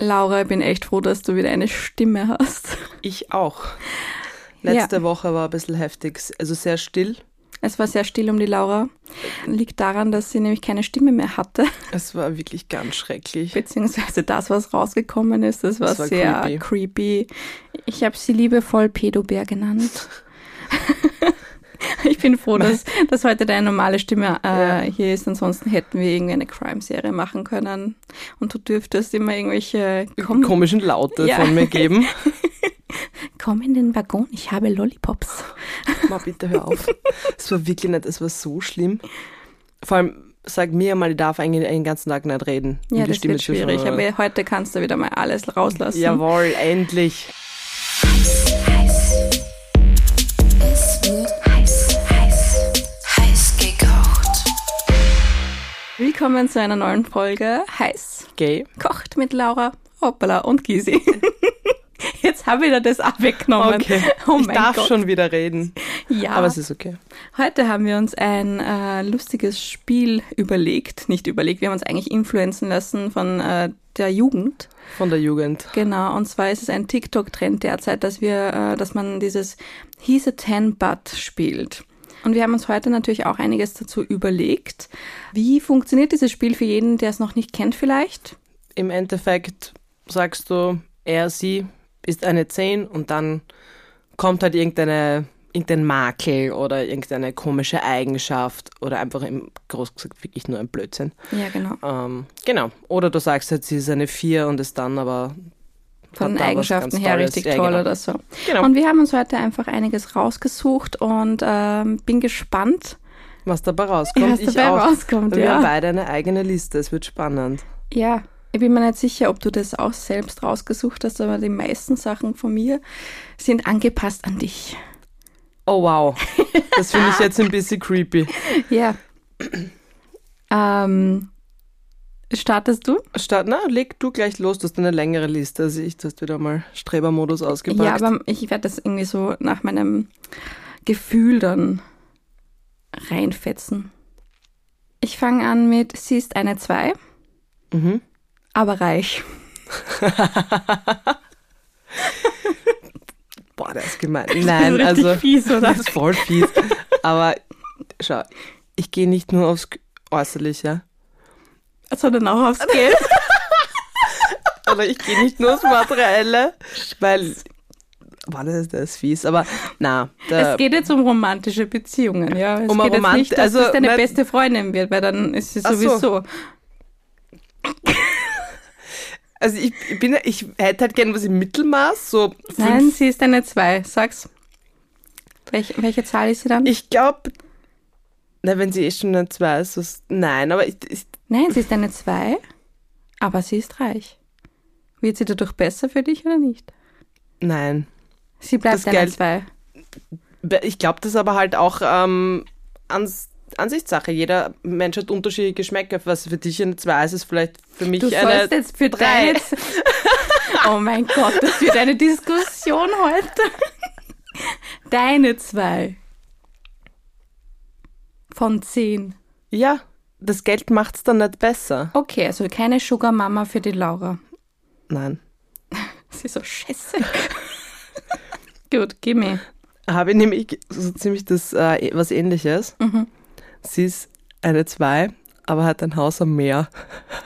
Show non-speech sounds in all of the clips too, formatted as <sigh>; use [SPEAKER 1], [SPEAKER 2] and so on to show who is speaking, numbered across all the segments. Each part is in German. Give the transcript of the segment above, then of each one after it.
[SPEAKER 1] Laura, ich bin echt froh, dass du wieder eine Stimme hast.
[SPEAKER 2] Ich auch. Letzte Woche war ein bisschen heftig, also sehr still.
[SPEAKER 1] Es war sehr still um die Laura. Liegt daran, dass sie nämlich keine Stimme mehr hatte. <laughs>
[SPEAKER 2] Es war wirklich ganz schrecklich.
[SPEAKER 1] Beziehungsweise das, was rausgekommen ist, das war,
[SPEAKER 2] Das war
[SPEAKER 1] sehr
[SPEAKER 2] creepy.
[SPEAKER 1] creepy. Ich habe sie liebevoll Pedobär genannt. <laughs> ich bin froh,
[SPEAKER 2] <laughs>
[SPEAKER 1] dass, dass heute deine normale Stimme äh, hier ist. Ansonsten hätten wir irgendwie eine Crime-Serie machen können. Und du dürftest immer irgendwelche komm,
[SPEAKER 2] Komischen Laute
[SPEAKER 1] Ja.
[SPEAKER 2] von
[SPEAKER 1] <laughs>
[SPEAKER 2] mir geben.
[SPEAKER 1] komm in den Waggon, ich habe Lollipops.
[SPEAKER 2] Mal bitte hör auf. Es war wirklich nicht, es war so schlimm. Vor allem, sag mir mal, ich darf eigentlich den ganzen Tag nicht reden. Und
[SPEAKER 1] Ja,
[SPEAKER 2] die
[SPEAKER 1] das
[SPEAKER 2] Stimme
[SPEAKER 1] wird
[SPEAKER 2] ist schon so-
[SPEAKER 1] schwierig. Aber heute kannst du wieder mal alles rauslassen.
[SPEAKER 2] Jawohl, endlich.
[SPEAKER 3] heiß. Es wird heiß, heiß, heiß gekocht.
[SPEAKER 1] Willkommen zu einer neuen Folge Heiß
[SPEAKER 2] Gay.
[SPEAKER 1] kocht mit Laura, Hoppala und Gysi. <laughs> Jetzt habe ich dir das auch weggenommen.
[SPEAKER 2] Okay.
[SPEAKER 1] Oh
[SPEAKER 2] ich
[SPEAKER 1] mein
[SPEAKER 2] darf
[SPEAKER 1] Gott.
[SPEAKER 2] schon wieder reden.
[SPEAKER 1] Ja.
[SPEAKER 2] Aber es ist okay.
[SPEAKER 1] Heute haben wir uns ein äh, lustiges Spiel überlegt. Nicht überlegt, wir haben uns eigentlich influenzen lassen von äh, der Jugend.
[SPEAKER 2] Von der Jugend.
[SPEAKER 1] Genau, und zwar ist es ein TikTok-Trend derzeit, dass wir, äh, dass man dieses He's a Ten But spielt. Und wir haben uns heute natürlich auch einiges dazu überlegt. Wie funktioniert dieses Spiel für jeden, der es noch nicht kennt vielleicht?
[SPEAKER 2] Im Endeffekt sagst du, er, sie ist eine 10 und dann kommt halt irgendeine, irgendein Makel oder irgendeine komische Eigenschaft oder einfach im groß gesagt wirklich nur ein Blödsinn.
[SPEAKER 1] Ja, genau.
[SPEAKER 2] Ähm, genau. Oder du sagst halt, sie ist eine 4 und ist dann aber
[SPEAKER 1] von
[SPEAKER 2] hat
[SPEAKER 1] den
[SPEAKER 2] da was
[SPEAKER 1] Eigenschaften
[SPEAKER 2] ganz
[SPEAKER 1] her
[SPEAKER 2] Tolles.
[SPEAKER 1] richtig
[SPEAKER 2] Ja,
[SPEAKER 1] toll
[SPEAKER 2] genau.
[SPEAKER 1] oder so.
[SPEAKER 2] Genau.
[SPEAKER 1] Und wir haben uns heute einfach einiges rausgesucht und ähm, bin gespannt,
[SPEAKER 2] was dabei rauskommt.
[SPEAKER 1] was dabei
[SPEAKER 2] auch.
[SPEAKER 1] rauskommt.
[SPEAKER 2] Wir haben
[SPEAKER 1] Ja.
[SPEAKER 2] beide eine eigene Liste, es wird spannend.
[SPEAKER 1] ja, ich bin mir nicht sicher, ob du das auch selbst rausgesucht hast, aber die meisten Sachen von mir sind angepasst an dich.
[SPEAKER 2] Oh wow, das finde ich jetzt ein bisschen creepy.
[SPEAKER 1] Ja. ähm, startest du?
[SPEAKER 2] Statt, na, leg du gleich los, du hast eine längere Liste. Also ich, du hast wieder mal Strebermodus
[SPEAKER 1] Ja,
[SPEAKER 2] ausgepackt.
[SPEAKER 1] aber ich werde das irgendwie so nach meinem Gefühl dann reinfetzen. Ich fange an mit, sie ist eine 2,
[SPEAKER 2] mhm.
[SPEAKER 1] aber reich.
[SPEAKER 2] Boah, der
[SPEAKER 1] <laughs>
[SPEAKER 2] ist gemein. <laughs> Nein, also
[SPEAKER 1] fies,
[SPEAKER 2] das
[SPEAKER 1] <laughs>
[SPEAKER 2] ist voll fies. Aber schau, ich gehe nicht nur aufs G- Äußerliche.
[SPEAKER 1] Sondern Also auch aufs
[SPEAKER 2] <laughs>
[SPEAKER 1] Geld.
[SPEAKER 2] Oder ich gehe nicht nur aufs Materielle, weil. Boah, das ist, das ist fies. Aber na, da,
[SPEAKER 1] es geht jetzt um romantische Beziehungen, ja. Es
[SPEAKER 2] Um
[SPEAKER 1] geht jetzt
[SPEAKER 2] Romant-
[SPEAKER 1] nicht, dass
[SPEAKER 2] also,
[SPEAKER 1] das deine
[SPEAKER 2] nein.
[SPEAKER 1] beste Freundin wird, weil dann ist sie
[SPEAKER 2] Ach so.
[SPEAKER 1] sowieso.
[SPEAKER 2] also ich, ich bin, ich hätte halt gern was im Mittelmaß, so
[SPEAKER 1] Nein,
[SPEAKER 2] fünf.
[SPEAKER 1] sie ist eine 2. Sag's. Welch, welche Zahl ist sie dann?
[SPEAKER 2] Ich glaube, na, wenn sie eh schon eine zwei ist, was, nein, aber ich, ich,
[SPEAKER 1] Nein, sie ist eine 2, aber sie ist reich. Wird sie dadurch besser für dich oder nicht?
[SPEAKER 2] nein.
[SPEAKER 1] Sie bleibt
[SPEAKER 2] Das
[SPEAKER 1] eine
[SPEAKER 2] Geld-
[SPEAKER 1] 2.
[SPEAKER 2] Ich glaube, das ist aber halt auch ähm, Ans Ansichtssache. Jeder Mensch hat unterschiedliche Geschmäcker. Was für dich eine 2 ist, ist vielleicht für mich
[SPEAKER 1] Du
[SPEAKER 2] eine.
[SPEAKER 1] sollst jetzt <laughs> für
[SPEAKER 2] drei.
[SPEAKER 1] drei. oh mein Gott, das wird eine Diskussion heute. Deine zwei. Von zehn.
[SPEAKER 2] Ja, das Geld macht's dann nicht besser.
[SPEAKER 1] Okay, also keine Sugar Mama für die Laura.
[SPEAKER 2] Nein.
[SPEAKER 1] Sie ist so scheiße. Gut, gib mir.
[SPEAKER 2] Habe ich nämlich so ziemlich das, äh, was ähnliches.
[SPEAKER 1] Mhm.
[SPEAKER 2] Sie ist eine 2, aber hat ein Haus am Meer.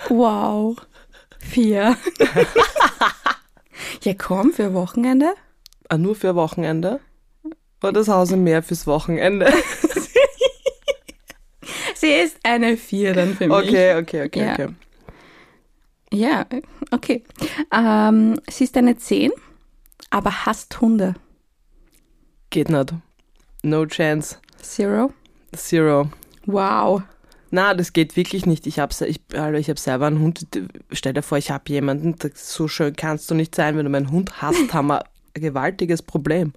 [SPEAKER 1] Wow.
[SPEAKER 2] <laughs>
[SPEAKER 1] Vier. ja, komm, für Wochenende.
[SPEAKER 2] Ah, nur für Wochenende? Oder das Haus am Meer fürs Wochenende?
[SPEAKER 1] Sie ist eine Vier dann für mich.
[SPEAKER 2] Okay, okay, okay,
[SPEAKER 1] Ja.
[SPEAKER 2] okay.
[SPEAKER 1] Ja, okay. Ähm, sie ist eine 10, aber hasst Hunde.
[SPEAKER 2] Geht nicht. No chance.
[SPEAKER 1] Zero.
[SPEAKER 2] Zero.
[SPEAKER 1] Wow.
[SPEAKER 2] Na, das geht wirklich nicht. Ich habe ich, Alter, ich hab selber einen Hund. Stell dir vor, ich habe jemanden. Das, so schön kannst du nicht sein. Wenn du meinen Hund hast, haben wir ein gewaltiges Problem.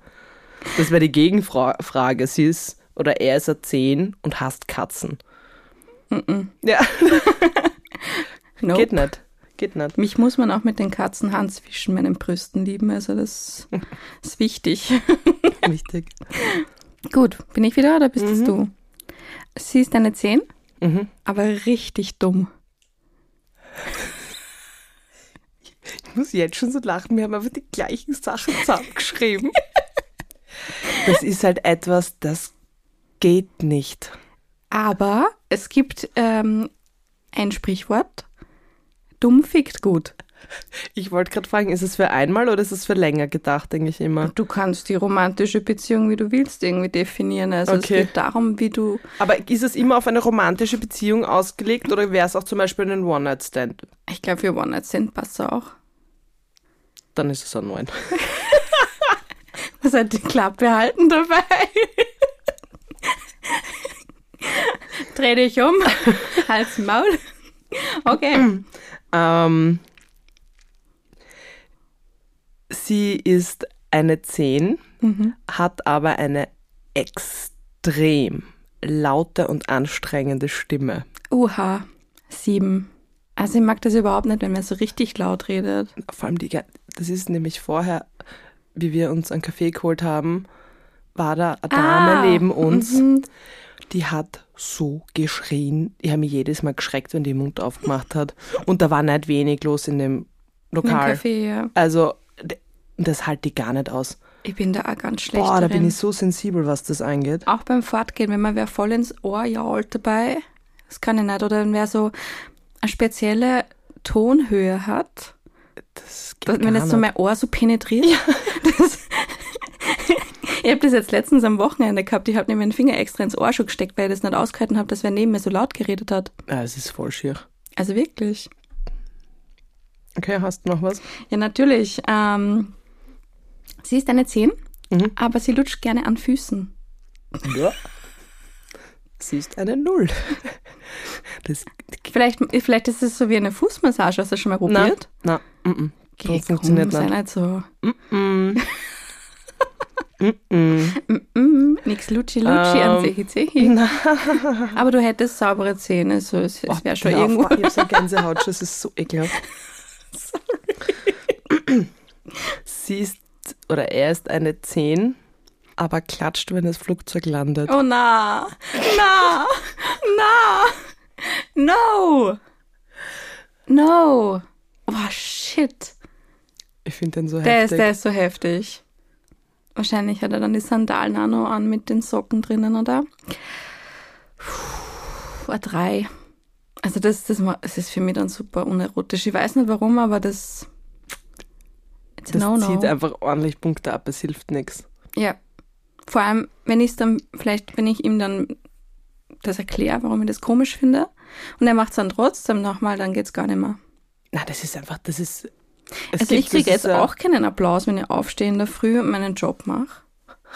[SPEAKER 2] Das wäre die Gegenfrage. Sie ist oder er ist ein 10 und hasst Katzen. Ja,
[SPEAKER 1] Nope.
[SPEAKER 2] geht nicht. Geht nicht.
[SPEAKER 1] Mich muss man auch mit den Katzen Hand zwischen meinen Brüsten lieben, also
[SPEAKER 2] <laughs>
[SPEAKER 1] das ist wichtig. <laughs>
[SPEAKER 2] Wichtig.
[SPEAKER 1] Gut, bin ich wieder oder bist es du? Sie ist eine 10,
[SPEAKER 2] Mhm.
[SPEAKER 1] aber richtig dumm.
[SPEAKER 2] Ich muss jetzt schon so lachen, wir haben einfach die gleichen Sachen zusammengeschrieben. das ist halt etwas, das geht nicht.
[SPEAKER 1] Aber es gibt ähm, ein Sprichwort, dumm fickt gut.
[SPEAKER 2] Ich wollte gerade fragen, ist es für einmal oder ist es für länger gedacht, denke ich immer.
[SPEAKER 1] Du kannst die romantische Beziehung, wie du willst, irgendwie definieren. Also
[SPEAKER 2] Okay.
[SPEAKER 1] es geht darum, wie du
[SPEAKER 2] Aber ist es immer auf eine romantische Beziehung ausgelegt oder wäre es auch zum Beispiel ein One-Night-Stand?
[SPEAKER 1] Ich glaube, für One Night Stand passt er auch. <laughs>
[SPEAKER 2] Dann ist es ein Neun.
[SPEAKER 1] Was hat die Klappe halten dabei? <laughs> Dreh dich
[SPEAKER 2] <laughs>
[SPEAKER 1] um. Hals Maul. Okay.
[SPEAKER 2] Ähm, sie ist eine 10, hat aber eine extrem laute und anstrengende Stimme.
[SPEAKER 1] Uha. Sieben. Also ich mag das überhaupt nicht, wenn man so richtig laut redet.
[SPEAKER 2] Vor allem die, ga- das ist nämlich vorher, wie wir uns einen Kaffee geholt haben, war da eine Dame
[SPEAKER 1] Ah,
[SPEAKER 2] neben uns, die hat so geschrien. Ich habe mich jedes Mal geschreckt, wenn die den Mund aufgemacht hat. Und da war nicht wenig los in dem
[SPEAKER 1] Mit dem
[SPEAKER 2] Lokal.
[SPEAKER 1] Kaffee, ja.
[SPEAKER 2] Also, d- das halt die gar nicht aus.
[SPEAKER 1] Ich bin da auch ganz schlecht
[SPEAKER 2] Boah, da
[SPEAKER 1] drin.
[SPEAKER 2] bin ich so sensibel, was das angeht.
[SPEAKER 1] Auch beim Fortgehen, wenn man wer voll ins Ohr jault dabei, das kann ich nicht. Oder wenn wer so eine spezielle Tonhöhe hat,
[SPEAKER 2] Das
[SPEAKER 1] Da- wenn das so mein Ohr so penetriert. <laughs> Das, ich habe das jetzt letztens am Wochenende gehabt. Ich habe mir meinen Finger extra ins Ohr schon gesteckt, weil ich das nicht ausgehalten habe, dass wer neben mir so laut geredet hat.
[SPEAKER 2] ja, Ah, es ist voll schier.
[SPEAKER 1] Also wirklich.
[SPEAKER 2] Okay, hast du noch was?
[SPEAKER 1] Ja, natürlich. Ähm, sie ist eine 10,
[SPEAKER 2] Mhm.
[SPEAKER 1] aber sie lutscht gerne an Füßen.
[SPEAKER 2] Ja. Sie ist eine Null. <laughs> Das
[SPEAKER 1] Vielleicht, vielleicht ist es so wie eine Fußmassage. Hast du das schon mal
[SPEAKER 2] na,
[SPEAKER 1] probiert?
[SPEAKER 2] na, mm,
[SPEAKER 1] Geh,
[SPEAKER 2] mm. funktioniert
[SPEAKER 1] sei
[SPEAKER 2] nicht.
[SPEAKER 1] nicht so. <laughs>
[SPEAKER 2] Mm. Mm.
[SPEAKER 1] Mm, nix Lutschi Lutschi an
[SPEAKER 2] Ähm,
[SPEAKER 1] Zechi Zechi. Aber du hättest saubere Zähne, so es, es wäre schon
[SPEAKER 2] Hör auf,
[SPEAKER 1] irgendwo.
[SPEAKER 2] Genau, Ich hab so eine Gänsehaut, schon, das ist so ekelhaft.
[SPEAKER 1] <laughs>
[SPEAKER 2] Sie ist, oder er ist eine 10, aber klatscht, wenn das Flugzeug landet.
[SPEAKER 1] Oh na, na, na, no, no. Oh shit,
[SPEAKER 2] Ich finde den so
[SPEAKER 1] der ist,
[SPEAKER 2] heftig.
[SPEAKER 1] der ist so heftig. Wahrscheinlich hat er dann die Sandalen auch noch an mit den Socken drinnen, oder? Puh, eine drei. Also das, das, ma- es ist für mich dann super unerotisch. Ich weiß nicht warum, aber das... It's a
[SPEAKER 2] das
[SPEAKER 1] no-no.
[SPEAKER 2] zieht einfach ordentlich Punkte ab, es hilft nichts.
[SPEAKER 1] Ja. Vor allem, wenn ich es dann, vielleicht, wenn ich ihm dann das erkläre, warum ich das komisch finde. Und er macht es dann trotzdem nochmal, dann geht's gar nicht mehr.
[SPEAKER 2] Na, das ist einfach, das ist. es
[SPEAKER 1] also ich
[SPEAKER 2] gibt- äh, das
[SPEAKER 1] kriege
[SPEAKER 2] ist
[SPEAKER 1] jetzt
[SPEAKER 2] ja-
[SPEAKER 1] auch keinen Applaus, wenn ich aufstehe in der Früh und meinen Job mache.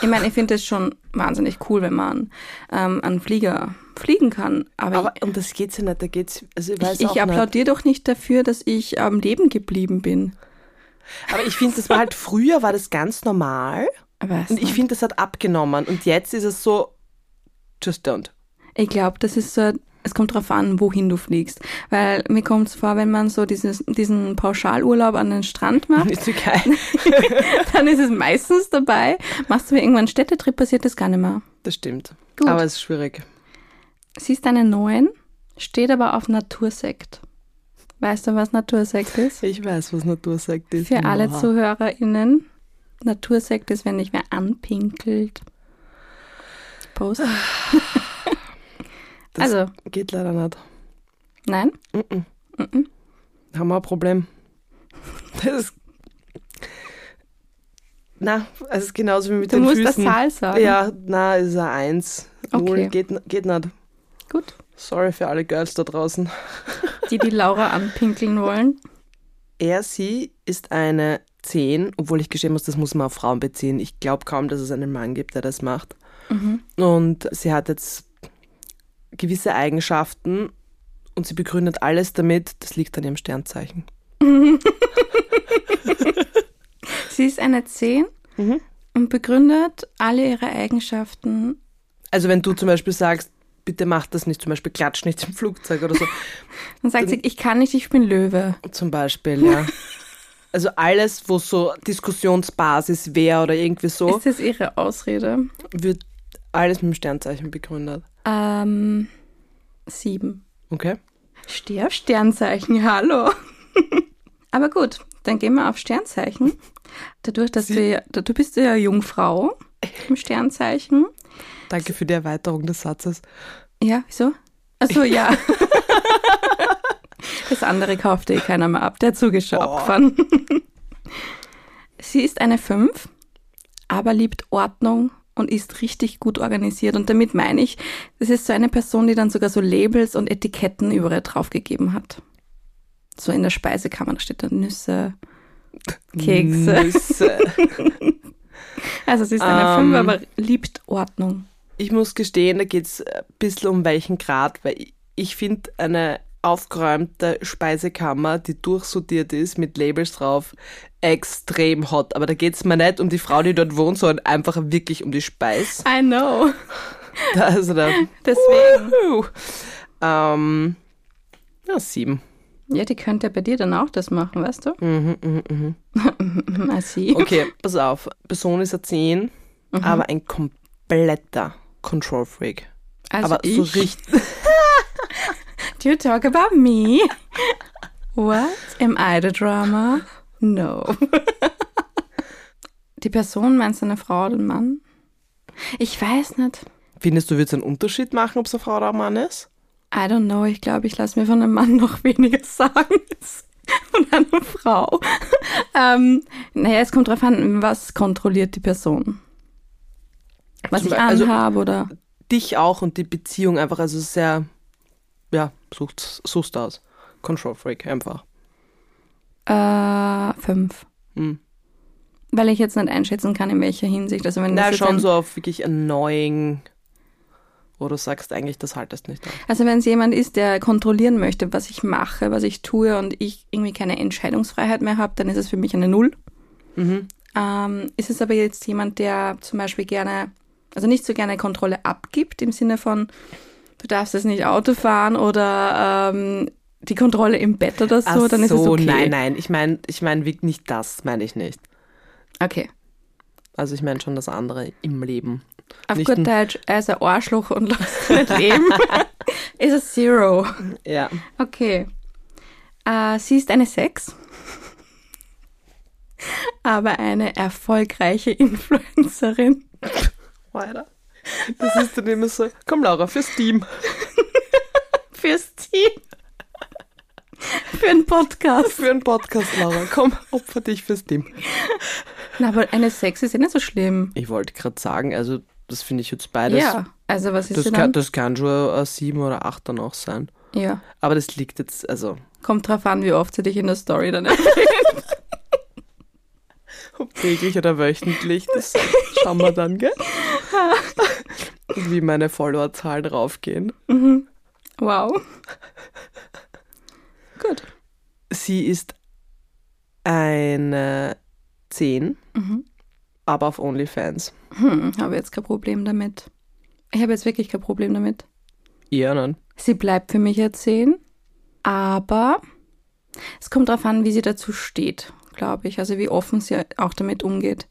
[SPEAKER 1] Ich meine, ich finde es schon wahnsinnig cool, wenn man ähm, einen Flieger fliegen kann. Aber,
[SPEAKER 2] Aber um das geht's ja nicht, da geht's. Also ich weiß
[SPEAKER 1] ich, ich,
[SPEAKER 2] auch
[SPEAKER 1] ich
[SPEAKER 2] nicht.
[SPEAKER 1] applaudiere doch nicht dafür, dass ich am Leben geblieben bin.
[SPEAKER 2] Aber ich finde, das war halt früher war das ganz normal.
[SPEAKER 1] Aber <laughs>
[SPEAKER 2] Und ich finde, das hat abgenommen. Und jetzt ist es so, just don't.
[SPEAKER 1] Ich glaube, das ist so, ein- es kommt drauf an, wohin du fliegst. Weil mir kommt es vor, wenn man so dieses, diesen Pauschalurlaub an den Strand macht,
[SPEAKER 2] Ist geil.
[SPEAKER 1] dann ist es meistens dabei. Machst du irgendwann einen Städtetrip, passiert das gar nicht mehr.
[SPEAKER 2] Das stimmt.
[SPEAKER 1] Gut.
[SPEAKER 2] Aber es ist schwierig.
[SPEAKER 1] Siehst einen neuen, steht aber auf Natursekt. Weißt du, was Natursekt ist?
[SPEAKER 2] Ich weiß, was Natursekt ist.
[SPEAKER 1] Für alle
[SPEAKER 2] Boah.
[SPEAKER 1] ZuhörerInnen, Natursekt ist, wenn nicht mehr anpinkelt. Post.
[SPEAKER 2] Ah.
[SPEAKER 1] <laughs>
[SPEAKER 2] Das
[SPEAKER 1] also,
[SPEAKER 2] Geht leider nicht.
[SPEAKER 1] nein,
[SPEAKER 2] Haben wir ein Problem. Das ist. Na, also es ist genauso wie mit
[SPEAKER 1] du
[SPEAKER 2] den
[SPEAKER 1] musst das
[SPEAKER 2] Füßen.
[SPEAKER 1] Zahl sagen.
[SPEAKER 2] Ja, na, ist eine Eins. Null
[SPEAKER 1] Okay.
[SPEAKER 2] geht, geht nicht.
[SPEAKER 1] Gut.
[SPEAKER 2] Sorry für alle Girls da draußen.
[SPEAKER 1] Die, die Laura anpinkeln wollen.
[SPEAKER 2] Er, sie ist eine 10, obwohl ich gestehen muss, das muss man auf Frauen beziehen. Ich glaube kaum, dass es einen Mann gibt, der das macht. Und sie hat jetzt gewisse Eigenschaften und sie begründet alles damit, das liegt an ihrem Sternzeichen.
[SPEAKER 1] Sie ist eine 10
[SPEAKER 2] Mhm.
[SPEAKER 1] und begründet alle ihre Eigenschaften.
[SPEAKER 2] Also wenn du zum Beispiel sagst, bitte mach das nicht, zum Beispiel klatsch nicht im Flugzeug oder so,
[SPEAKER 1] Dann sagt sie, ich kann nicht, ich bin Löwe.
[SPEAKER 2] zum Beispiel, ja. Also alles, wo so Diskussionsbasis wäre oder irgendwie so,
[SPEAKER 1] Ist das ihre Ausrede?
[SPEAKER 2] wird alles mit dem Sternzeichen begründet.
[SPEAKER 1] Ähm, 7.
[SPEAKER 2] Okay?
[SPEAKER 1] Steh auf Sternzeichen, hallo. <laughs> Aber gut, Dann gehen wir auf Sternzeichen. Dadurch, dass du, ja- du bist ja Jungfrau im Sternzeichen.
[SPEAKER 2] Danke für die Erweiterung des Satzes.
[SPEAKER 1] Ja, wieso? Achso, ja. Das andere kaufte eh keiner mehr ab, der zugeschaut fand. Sie ist eine 5, aber liebt Ordnung und ist richtig gut organisiert. Und damit meine ich, das ist so eine Person, die dann sogar so Labels und Etiketten überall draufgegeben hat. So in der Speisekammer, da steht dann Nüsse, Kekse.
[SPEAKER 2] Nüsse.
[SPEAKER 1] Also sie ist eine
[SPEAKER 2] Ähm.
[SPEAKER 1] 5, aber liebt Ordnung.
[SPEAKER 2] <laughs> Ich muss gestehen, da geht es ein bisschen um welchen Grad, weil ich, ich finde eine aufgeräumte Speisekammer, die durchsortiert ist mit Labels drauf, extrem hot. Aber da geht es mir nicht um die Frau, die dort wohnt, sondern einfach wirklich um die Speis. <laughs>
[SPEAKER 1] I know.
[SPEAKER 2] Da, also da,
[SPEAKER 1] Deswegen.
[SPEAKER 2] Puh. ähm, ja, sieben.
[SPEAKER 1] Ja, die könnte bei dir dann auch das machen, weißt du?
[SPEAKER 2] Mhm, mhm, mhm.
[SPEAKER 1] Mhm, <laughs> I see.
[SPEAKER 2] Okay, pass auf. Person ist ein 10,
[SPEAKER 1] Mhm.
[SPEAKER 2] aber ein kompletter Control Freak.
[SPEAKER 1] Also
[SPEAKER 2] aber
[SPEAKER 1] ich,
[SPEAKER 2] so richtig.
[SPEAKER 1] Do you talk about me? What? Am I the drama?
[SPEAKER 2] <laughs>
[SPEAKER 1] No. Die Person meinst du eine Frau oder einen Mann? Ich weiß nicht.
[SPEAKER 2] Findest du, wird es einen Unterschied machen, ob es eine Frau oder ein Mann ist?
[SPEAKER 1] I don't know. Ich glaube, ich lasse mir von einem Mann noch <laughs> weniger sagen als von einer Frau. <laughs> Ähm, naja, es kommt drauf an, was kontrolliert die Person. Was
[SPEAKER 2] Zum
[SPEAKER 1] ich
[SPEAKER 2] Be- also-
[SPEAKER 1] anhabe oder.
[SPEAKER 2] Dich auch und die Beziehung einfach, also sehr, ja, suchst, suchst aus. Control Freak, einfach.
[SPEAKER 1] Äh, fünf.
[SPEAKER 2] Hm.
[SPEAKER 1] Weil ich jetzt nicht einschätzen kann, in welcher Hinsicht. Also wenn das
[SPEAKER 2] Na,
[SPEAKER 1] jetzt
[SPEAKER 2] schon
[SPEAKER 1] ein-
[SPEAKER 2] so auf wirklich annoying, wo du sagst, eigentlich, das haltest nicht an.
[SPEAKER 1] Also wenn es jemand ist, der kontrollieren möchte, was ich mache, was ich tue und ich irgendwie keine Entscheidungsfreiheit mehr habe, dann ist es für mich eine Null.
[SPEAKER 2] Mhm.
[SPEAKER 1] Ähm, ist es aber jetzt jemand, der zum Beispiel gerne, also nicht so gerne Kontrolle abgibt, im Sinne von, du darfst jetzt nicht Auto fahren oder ähm, die Kontrolle im Bett oder so,
[SPEAKER 2] Ach
[SPEAKER 1] dann ist es okay.
[SPEAKER 2] nein, nein. Ich meine, ich mein, wie- nicht das, meine ich nicht.
[SPEAKER 1] Okay.
[SPEAKER 2] Also ich meine schon das andere im Leben.
[SPEAKER 1] Auf
[SPEAKER 2] Nicht ein-
[SPEAKER 1] gut Deutsch, er ist ein Arschloch und <laughs> lässt nicht
[SPEAKER 2] <laughs>
[SPEAKER 1] leben. ist es Zero.
[SPEAKER 2] Ja.
[SPEAKER 1] Okay. Äh, sie ist eine Sex, <laughs> aber eine erfolgreiche Influencerin.
[SPEAKER 2] weiter. Das ist dann immer so, komm Laura, fürs Team.
[SPEAKER 1] Fürs Team. <laughs> Für einen Podcast.
[SPEAKER 2] Für einen Podcast, Laura, komm, opfer dich fürs Team.
[SPEAKER 1] Na, aber eine Sex ist ja nicht so schlimm.
[SPEAKER 2] Ich wollte gerade sagen, also das finde ich jetzt beides.
[SPEAKER 1] ja. Also was ist
[SPEAKER 2] Das
[SPEAKER 1] sie
[SPEAKER 2] kann,
[SPEAKER 1] dann?
[SPEAKER 2] das kann schon ein 7 oder 8 dann auch sein.
[SPEAKER 1] ja.
[SPEAKER 2] Aber das liegt jetzt, also,
[SPEAKER 1] Kommt drauf an, wie oft sie dich in der Story dann <laughs>
[SPEAKER 2] ob täglich oder wöchentlich, das schauen wir
[SPEAKER 1] <laughs>
[SPEAKER 2] dann, gell? Und wie meine Followerzahlen raufgehen.
[SPEAKER 1] Wow. Gut.
[SPEAKER 2] Sie ist eine 10,
[SPEAKER 1] Mhm.
[SPEAKER 2] aber auf OnlyFans.
[SPEAKER 1] Hm, habe jetzt kein Problem damit. Ich habe jetzt wirklich kein Problem damit.
[SPEAKER 2] Ja, nein.
[SPEAKER 1] Sie bleibt für mich jetzt 10, aber es kommt darauf an, wie sie dazu steht, glaube ich. Also wie offen sie auch damit umgeht.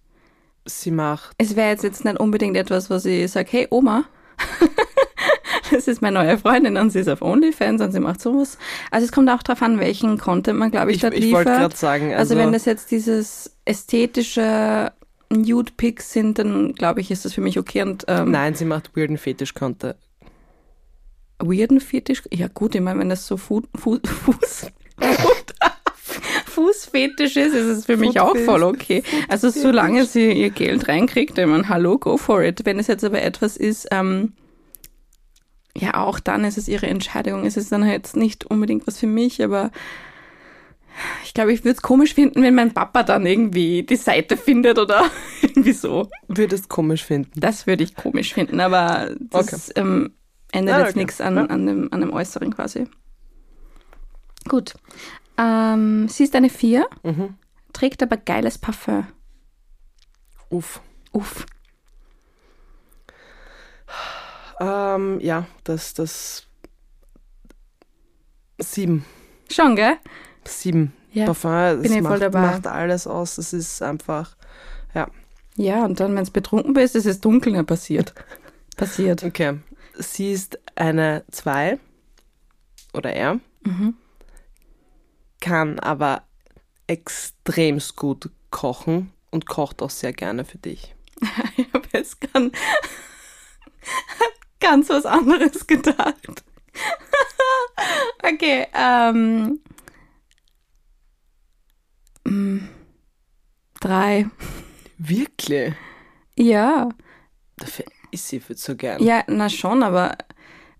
[SPEAKER 2] Sie macht
[SPEAKER 1] Es wäre jetzt, jetzt nicht unbedingt etwas, wo sie sagt, hey Oma, <laughs> das ist meine neue Freundin und sie ist auf OnlyFans und sie macht sowas. Also es kommt auch darauf an, welchen Content man, glaube ich,
[SPEAKER 2] Ich,
[SPEAKER 1] dort
[SPEAKER 2] ich wollte
[SPEAKER 1] liefert.
[SPEAKER 2] gerade sagen, also,
[SPEAKER 1] Also, wenn das jetzt dieses ästhetische Nude-Pics sind, dann glaube ich, ist das für mich okay und ähm,
[SPEAKER 2] nein, sie macht weirden Fetisch-Content.
[SPEAKER 1] weirden Fetisch? Ja gut, ich meine, wenn das so Fu Fu Fuß Fußfetisch ist, ist es für mich auch
[SPEAKER 2] Fußfetisch.
[SPEAKER 1] voll okay. Also solange sie ihr Geld reinkriegt, ich meine, hallo, go for it. Wenn es jetzt aber etwas ist, ähm, ja auch dann ist es ihre Entscheidung. Es ist dann halt jetzt nicht unbedingt was für mich, aber ich glaube, ich würde es komisch finden, wenn mein Papa dann irgendwie die Seite findet oder <laughs> irgendwie so.
[SPEAKER 2] Würdest komisch finden.
[SPEAKER 1] Das würde ich komisch finden, aber das ähm, ändert
[SPEAKER 2] Ah,
[SPEAKER 1] jetzt
[SPEAKER 2] okay.
[SPEAKER 1] nichts an, an, dem, an dem Äußeren quasi. Gut. Ähm, sie ist eine Vier,
[SPEAKER 2] Mhm.
[SPEAKER 1] trägt aber geiles Parfum.
[SPEAKER 2] Uff.
[SPEAKER 1] Uff.
[SPEAKER 2] Ähm, ja, das, das. Sieben.
[SPEAKER 1] Schon, gell?
[SPEAKER 2] Sieben.
[SPEAKER 1] Ja.
[SPEAKER 2] Parfum,
[SPEAKER 1] bin
[SPEAKER 2] es
[SPEAKER 1] ich voll
[SPEAKER 2] macht,
[SPEAKER 1] dabei.
[SPEAKER 2] macht alles aus. Es ist einfach. Ja,
[SPEAKER 1] Ja, und dann, wenn es betrunken bist, ist es dunkel, dann passiert. Passiert.
[SPEAKER 2] okay. Sie ist eine
[SPEAKER 1] Mhm.
[SPEAKER 2] Zwei. Oder er. Kann aber extremst gut kochen und kocht auch sehr gerne für dich.
[SPEAKER 1] <laughs> Ich habe jetzt ganz, ganz was anderes gedacht. <laughs> okay, ähm. mm, Drei.
[SPEAKER 2] Wirklich?
[SPEAKER 1] Ja.
[SPEAKER 2] Dafür ist sie für so gern.
[SPEAKER 1] Ja, na schon, aber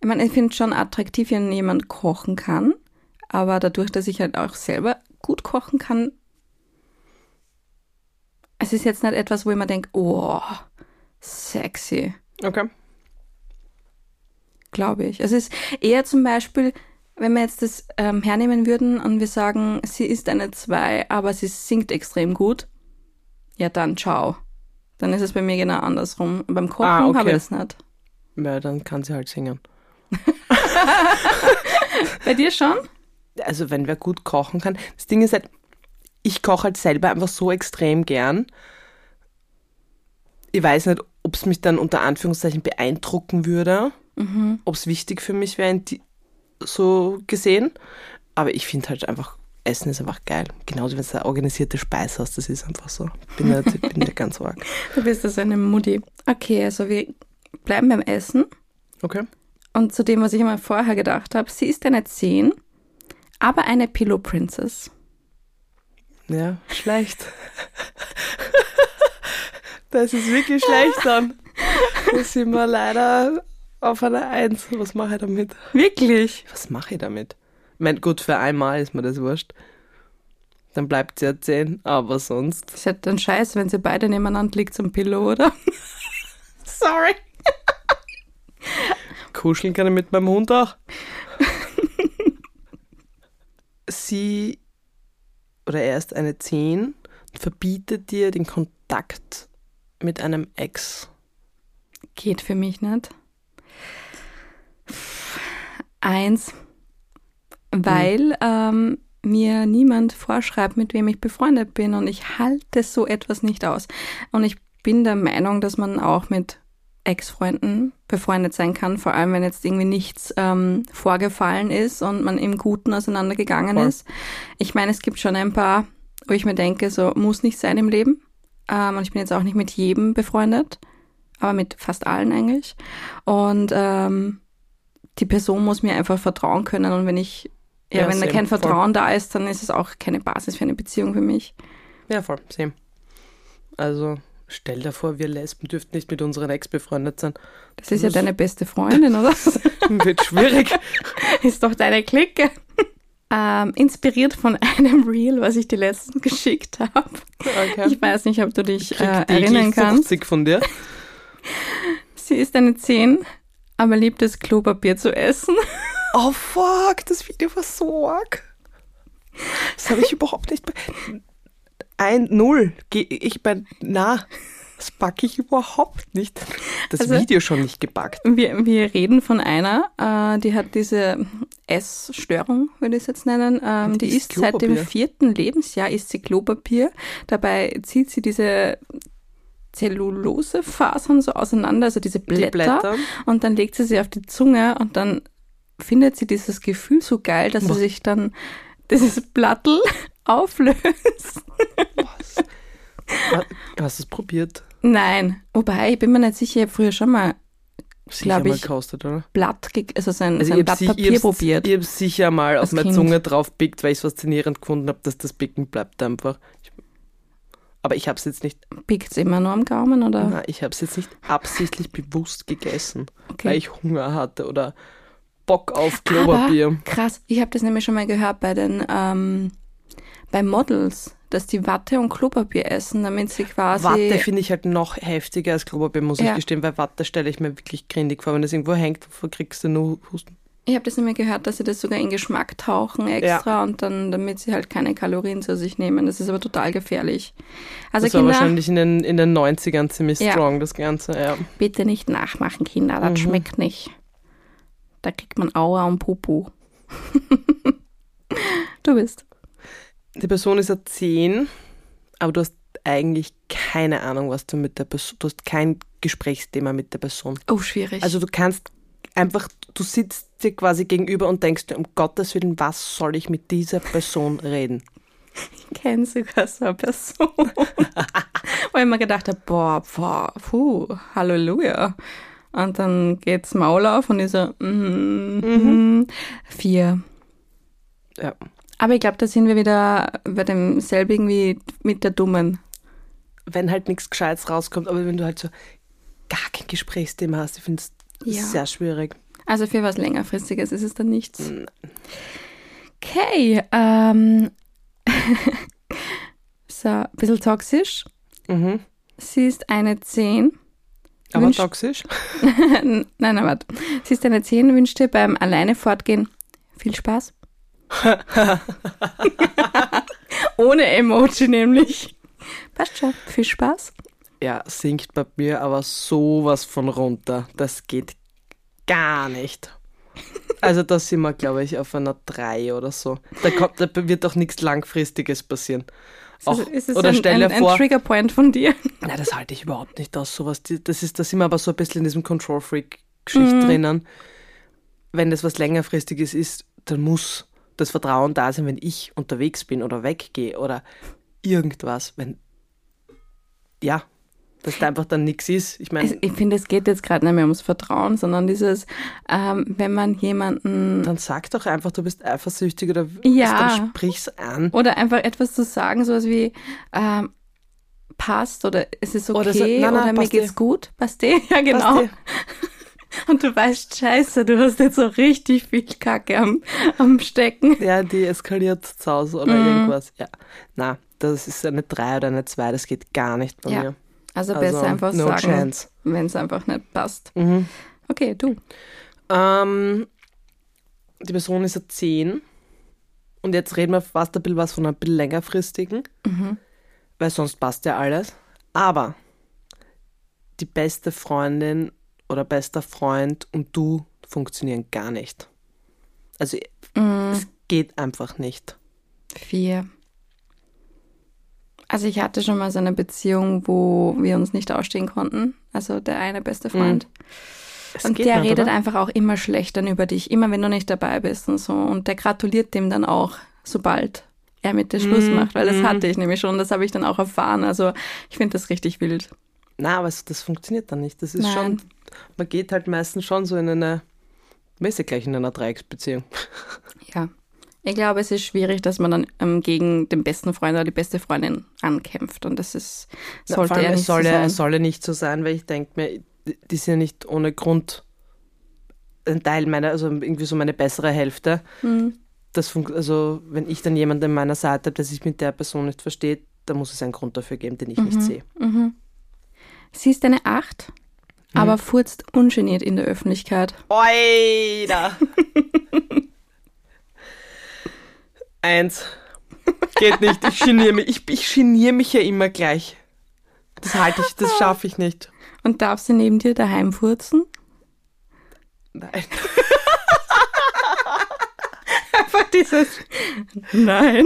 [SPEAKER 1] ich meine, ich finde schon attraktiv, wenn jemand kochen kann. Aber dadurch, dass ich halt auch selber gut kochen kann, es ist jetzt nicht etwas, wo ich mir denke, oh, sexy,
[SPEAKER 2] Okay.
[SPEAKER 1] glaube ich. Es ist eher zum Beispiel, wenn wir jetzt das ähm, hernehmen würden und wir sagen, sie ist eine Zwei, aber sie singt extrem gut, ja dann ciao. Dann ist es bei mir genau andersrum. Und beim Kochen
[SPEAKER 2] Ah, okay.
[SPEAKER 1] habe ich das nicht.
[SPEAKER 2] Ja, dann kann sie halt singen.
[SPEAKER 1] Bei dir schon?
[SPEAKER 2] also wenn wer gut kochen kann. Das Ding ist halt, ich koche halt selber einfach so extrem gern. Ich weiß nicht, ob es mich dann unter Anführungszeichen beeindrucken würde, ob es wichtig für mich wäre, in die- so gesehen. Aber ich finde halt einfach, Essen ist einfach geil. Genauso, wenn es eine organisierte Speise hast, das ist einfach so. Bin ja, bin ja ganz arg.
[SPEAKER 1] Du bist das eine Mutti. Okay, also wir bleiben beim Essen.
[SPEAKER 2] Okay.
[SPEAKER 1] Und zu dem, was ich immer vorher gedacht habe, sie ist eine 10, aber eine Pillow Princess.
[SPEAKER 2] Ja, schlecht. Das ist wirklich schlecht dann. Da sind wir leider auf einer Eins. Was mache ich damit?
[SPEAKER 1] Wirklich?
[SPEAKER 2] Was mache ich damit? Ich meine, gut, für einmal ist mir das wurscht. Dann bleibt sie ja 10, aber sonst.
[SPEAKER 1] Ist ja dann scheiße, wenn sie beide nebeneinander liegt zum Pillow, oder? Sorry.
[SPEAKER 2] <laughs> Kuscheln kann ich mit meinem Hund auch. Sie oder er ist eine 10 und verbietet dir den Kontakt mit einem Ex.
[SPEAKER 1] Geht für mich nicht. Eins, weil ähm, mir niemand vorschreibt, mit wem ich befreundet bin und ich halte so etwas nicht aus. Und ich bin der Meinung, dass man auch mit Ex-Freunden befreundet sein kann, vor allem wenn jetzt irgendwie nichts ähm, vorgefallen ist und man im Guten auseinandergegangen
[SPEAKER 2] Voll.
[SPEAKER 1] ist. Ich meine, es gibt schon ein paar, wo ich mir denke, so muss nicht sein im Leben. Ähm, und ich bin jetzt auch nicht mit jedem befreundet, aber mit fast allen eigentlich. Und ähm, die Person muss mir einfach vertrauen können. Und wenn ich, ja,
[SPEAKER 2] Ja,
[SPEAKER 1] wenn da
[SPEAKER 2] same,
[SPEAKER 1] kein
[SPEAKER 2] voll.
[SPEAKER 1] Vertrauen da ist, dann ist es auch keine Basis für eine Beziehung für mich.
[SPEAKER 2] Ja, voll, same. Also, stell dir vor, wir Lesben dürften nicht mit unseren Ex befreundet sein. <laughs>
[SPEAKER 1] Das ist ja deine beste Freundin, oder?
[SPEAKER 2] Wird schwierig.
[SPEAKER 1] ist doch deine Clique. Ähm, inspiriert von einem Reel, was ich die letzten geschickt habe.
[SPEAKER 2] Okay.
[SPEAKER 1] Ich weiß nicht, ob du dich äh,
[SPEAKER 2] Krieg täglich
[SPEAKER 1] erinnern kannst.
[SPEAKER 2] 50 von dir.
[SPEAKER 1] Sie ist eine 10, aber liebt es, Klopapier zu essen.
[SPEAKER 2] Oh fuck, das Video war so arg. Das habe
[SPEAKER 1] <laughs>
[SPEAKER 2] ich überhaupt nicht. be- Ein Null. Geh ich bei. Na, das packe ich überhaupt nicht. Das
[SPEAKER 1] Also-
[SPEAKER 2] Video schon nicht gepackt.
[SPEAKER 1] Wir, wir reden von einer, äh, die hat diese Essstörung, würde ich es jetzt nennen. Ähm,
[SPEAKER 2] Und
[SPEAKER 1] die
[SPEAKER 2] isst
[SPEAKER 1] isst seit dem
[SPEAKER 2] Klopapier.
[SPEAKER 1] vierten Lebensjahr isst sie Klopapier. Dabei zieht sie diese Zellulosefasern so auseinander, also diese Blätter,
[SPEAKER 2] Blätter.
[SPEAKER 1] und dann legt sie sie auf die Zunge und dann findet sie dieses Gefühl so geil, dass sie
[SPEAKER 2] Boah.
[SPEAKER 1] sich dann dieses Blattel <laughs> auflöst.
[SPEAKER 2] Oh, Was? Ha- Hast du es probiert?
[SPEAKER 1] Nein, wobei, ich bin mir nicht sicher, ich habe früher schon mal
[SPEAKER 2] Sicher
[SPEAKER 1] Glaub
[SPEAKER 2] mal
[SPEAKER 1] ich.
[SPEAKER 2] gekostet, oder?
[SPEAKER 1] Blatt, geg- also sein,
[SPEAKER 2] Also
[SPEAKER 1] sein
[SPEAKER 2] ich
[SPEAKER 1] Blatt
[SPEAKER 2] habe
[SPEAKER 1] Papier probiert.
[SPEAKER 2] hab sicher mal auf
[SPEAKER 1] Als
[SPEAKER 2] meine
[SPEAKER 1] Kind.
[SPEAKER 2] Zunge draufpickt, weil ich es faszinierend gefunden habe, dass das Picken bleibt einfach. Ich, aber ich habe es jetzt nicht,
[SPEAKER 1] Pickt's immer nur am Gaumen oder?
[SPEAKER 2] na, ich habe es jetzt nicht absichtlich bewusst gegessen,
[SPEAKER 1] Okay.
[SPEAKER 2] weil ich Hunger hatte oder Bock auf Klopapier.
[SPEAKER 1] Aber krass, ich habe das nämlich schon mal gehört bei den ähm, bei Models, dass die Watte und Klopapier essen, damit sie quasi
[SPEAKER 2] Watte finde ich halt noch heftiger als Klopapier, muss
[SPEAKER 1] Also Ja.
[SPEAKER 2] ich gestehen, weil Watte stelle ich mir wirklich grindig vor. Wenn das irgendwo hängt, kriegst du nur Husten.
[SPEAKER 1] Ich habe das nämlich gehört, dass sie das sogar in Geschmack tauchen extra und dann damit sie halt keine Kalorien zu sich nehmen. Das ist aber total gefährlich. Also
[SPEAKER 2] Das war
[SPEAKER 1] Kinder,
[SPEAKER 2] wahrscheinlich in den, in den 90ern ziemlich
[SPEAKER 1] Ja.
[SPEAKER 2] strong, das Ganze. Ja.
[SPEAKER 1] bitte nicht nachmachen, Kinder,
[SPEAKER 2] Mhm.
[SPEAKER 1] das schmeckt nicht. Da kriegt man Aua und Pupu. <laughs> du bist.
[SPEAKER 2] Die Person ist eine 10, aber du hast eigentlich keine Ahnung, was du mit der Person, du hast kein Gesprächsthema mit der Person.
[SPEAKER 1] Oh, schwierig.
[SPEAKER 2] Also du kannst einfach, du sitzt dir quasi gegenüber und denkst dir, um Gottes Willen, was soll ich mit dieser Person reden?
[SPEAKER 1] Ich kenne sogar so eine Person.
[SPEAKER 2] <laughs>
[SPEAKER 1] Weil ich mir gedacht habe, boah, boah, puh, Halleluja. Und dann geht's Maul auf und ich so, mm, mhm. vier.
[SPEAKER 2] Ja.
[SPEAKER 1] Aber ich glaube, da sind wir wieder bei demselbigen wie mit der Dummen.
[SPEAKER 2] Wenn halt nichts Gescheites rauskommt, aber wenn du halt so gar kein Gesprächsthema hast, ich finde es
[SPEAKER 1] Ja.
[SPEAKER 2] sehr schwierig.
[SPEAKER 1] Also für was längerfristiges ist es dann nichts. Okay, ähm, <laughs> so, ein bisschen toxisch.
[SPEAKER 2] Mhm.
[SPEAKER 1] Sie ist eine 10.
[SPEAKER 2] Aber
[SPEAKER 1] Wünscht-
[SPEAKER 2] toxisch?
[SPEAKER 1] Nein, nein, warte. Sie ist eine 10, wünscht dir beim Alleine fortgehen viel <laughs> Spaß. Ohne Emoji nämlich. Passt schon, viel Spaß.
[SPEAKER 2] Ja, sinkt bei mir aber sowas von runter. Das geht
[SPEAKER 1] <laughs>
[SPEAKER 2] gar nicht. Also da sind wir, glaube ich, auf einer 3 oder so. Da, kommt, da wird doch nichts Langfristiges passieren. Auch,
[SPEAKER 1] Also ist es
[SPEAKER 2] oder
[SPEAKER 1] ein,
[SPEAKER 2] stell
[SPEAKER 1] ein,
[SPEAKER 2] dir vor,
[SPEAKER 1] ein Triggerpoint von dir?
[SPEAKER 2] Nein, das halte ich überhaupt nicht aus. Sowas, die- das ist, da sind wir aber so ein bisschen in diesem Control-Freak-Geschichte
[SPEAKER 1] Mhm.
[SPEAKER 2] drinnen. Wenn das was längerfristiges ist, dann muss das Vertrauen da sein, wenn ich unterwegs bin oder weggehe oder irgendwas. Wenn ja, dass da einfach dann nichts ist. Ich
[SPEAKER 1] Also
[SPEAKER 2] meine,
[SPEAKER 1] ich finde, es geht jetzt gerade nicht mehr ums Vertrauen, sondern dieses, ähm, wenn man jemanden
[SPEAKER 2] dann sag doch einfach, du bist eifersüchtig oder
[SPEAKER 1] Ja. Oh,
[SPEAKER 2] dann sprich's an.
[SPEAKER 1] oder einfach etwas zu sagen, sowas wie ähm, passt oder es ist okay
[SPEAKER 2] Oder
[SPEAKER 1] oder,
[SPEAKER 2] so, nein,
[SPEAKER 1] mir
[SPEAKER 2] nein, passt eh.
[SPEAKER 1] geht's gut, passt eh, <laughs> ja genau.
[SPEAKER 2] Weißt
[SPEAKER 1] Und du weißt, scheiße, du hast jetzt so richtig viel Kacke am, am Stecken.
[SPEAKER 2] du? Ja, die eskaliert zu Hause oder
[SPEAKER 1] Mhm.
[SPEAKER 2] irgendwas. Ja. Na, das ist eine 3 oder eine 2, das geht gar nicht bei
[SPEAKER 1] Ja,
[SPEAKER 2] mir.
[SPEAKER 1] also,
[SPEAKER 2] Also,
[SPEAKER 1] besser einfach
[SPEAKER 2] no
[SPEAKER 1] sagen,
[SPEAKER 2] chance.
[SPEAKER 1] wenn es einfach nicht passt.
[SPEAKER 2] Mhm.
[SPEAKER 1] Okay, du.
[SPEAKER 2] Ähm, die Person ist ja 10. Und jetzt reden wir fast ein bisschen was von einem bisschen längerfristigen.
[SPEAKER 1] Mhm.
[SPEAKER 2] Weil sonst passt ja alles. Aber die beste Freundin oder bester Freund und du funktionieren gar nicht. Also
[SPEAKER 1] Mhm.
[SPEAKER 2] es geht einfach nicht.
[SPEAKER 1] Vier. Also ich hatte schon mal so eine Beziehung, wo wir uns nicht ausstehen konnten. Also der eine beste Freund.
[SPEAKER 2] Es
[SPEAKER 1] Und
[SPEAKER 2] Mhm. geht
[SPEAKER 1] der
[SPEAKER 2] nicht,
[SPEAKER 1] redet
[SPEAKER 2] oder?
[SPEAKER 1] einfach auch immer schlecht dann über dich, immer wenn du nicht dabei bist und so. Und der gratuliert dem dann auch, sobald er mit dir Schluss
[SPEAKER 2] Mhm.
[SPEAKER 1] macht, weil das hatte ich nämlich schon, das habe ich dann auch erfahren. Also ich finde das richtig wild.
[SPEAKER 2] Na, aber es- das funktioniert dann nicht. Das ist
[SPEAKER 1] Nein.
[SPEAKER 2] schon, man geht halt meistens schon so in eine, mäßig gleich in einer Dreiecksbeziehung.
[SPEAKER 1] Ja. Ich glaube, es ist schwierig, dass man dann ähm, gegen den besten Freund oder die beste Freundin ankämpft. Und das ist,
[SPEAKER 2] Na,
[SPEAKER 1] sollte
[SPEAKER 2] vor allem,
[SPEAKER 1] er
[SPEAKER 2] es
[SPEAKER 1] nicht
[SPEAKER 2] soll
[SPEAKER 1] so
[SPEAKER 2] ja-
[SPEAKER 1] sein.
[SPEAKER 2] Es soll ja nicht so sein, weil ich denke mir, die- die sind ja nicht ohne Grund ein Teil meiner, also irgendwie so meine bessere Hälfte.
[SPEAKER 1] Hm.
[SPEAKER 2] Das funkt, also wenn ich dann jemanden an meiner Seite habe, der sich mit der Person nicht versteht, dann muss es einen Grund dafür geben, den ich
[SPEAKER 1] Mhm.
[SPEAKER 2] nicht sehe.
[SPEAKER 1] Sie ist eine Acht, aber furzt ungeniert in der Öffentlichkeit. <laughs>
[SPEAKER 2] Oida! Eins. Geht nicht, ich geniere mich. Ich, ich geniere mich ja immer gleich. Das halte ich,
[SPEAKER 1] <laughs>
[SPEAKER 2] das schaffe ich nicht.
[SPEAKER 1] Und darf sie neben dir daheim furzen?
[SPEAKER 2] Nein. <laughs>
[SPEAKER 1] Einfach dieses Nein.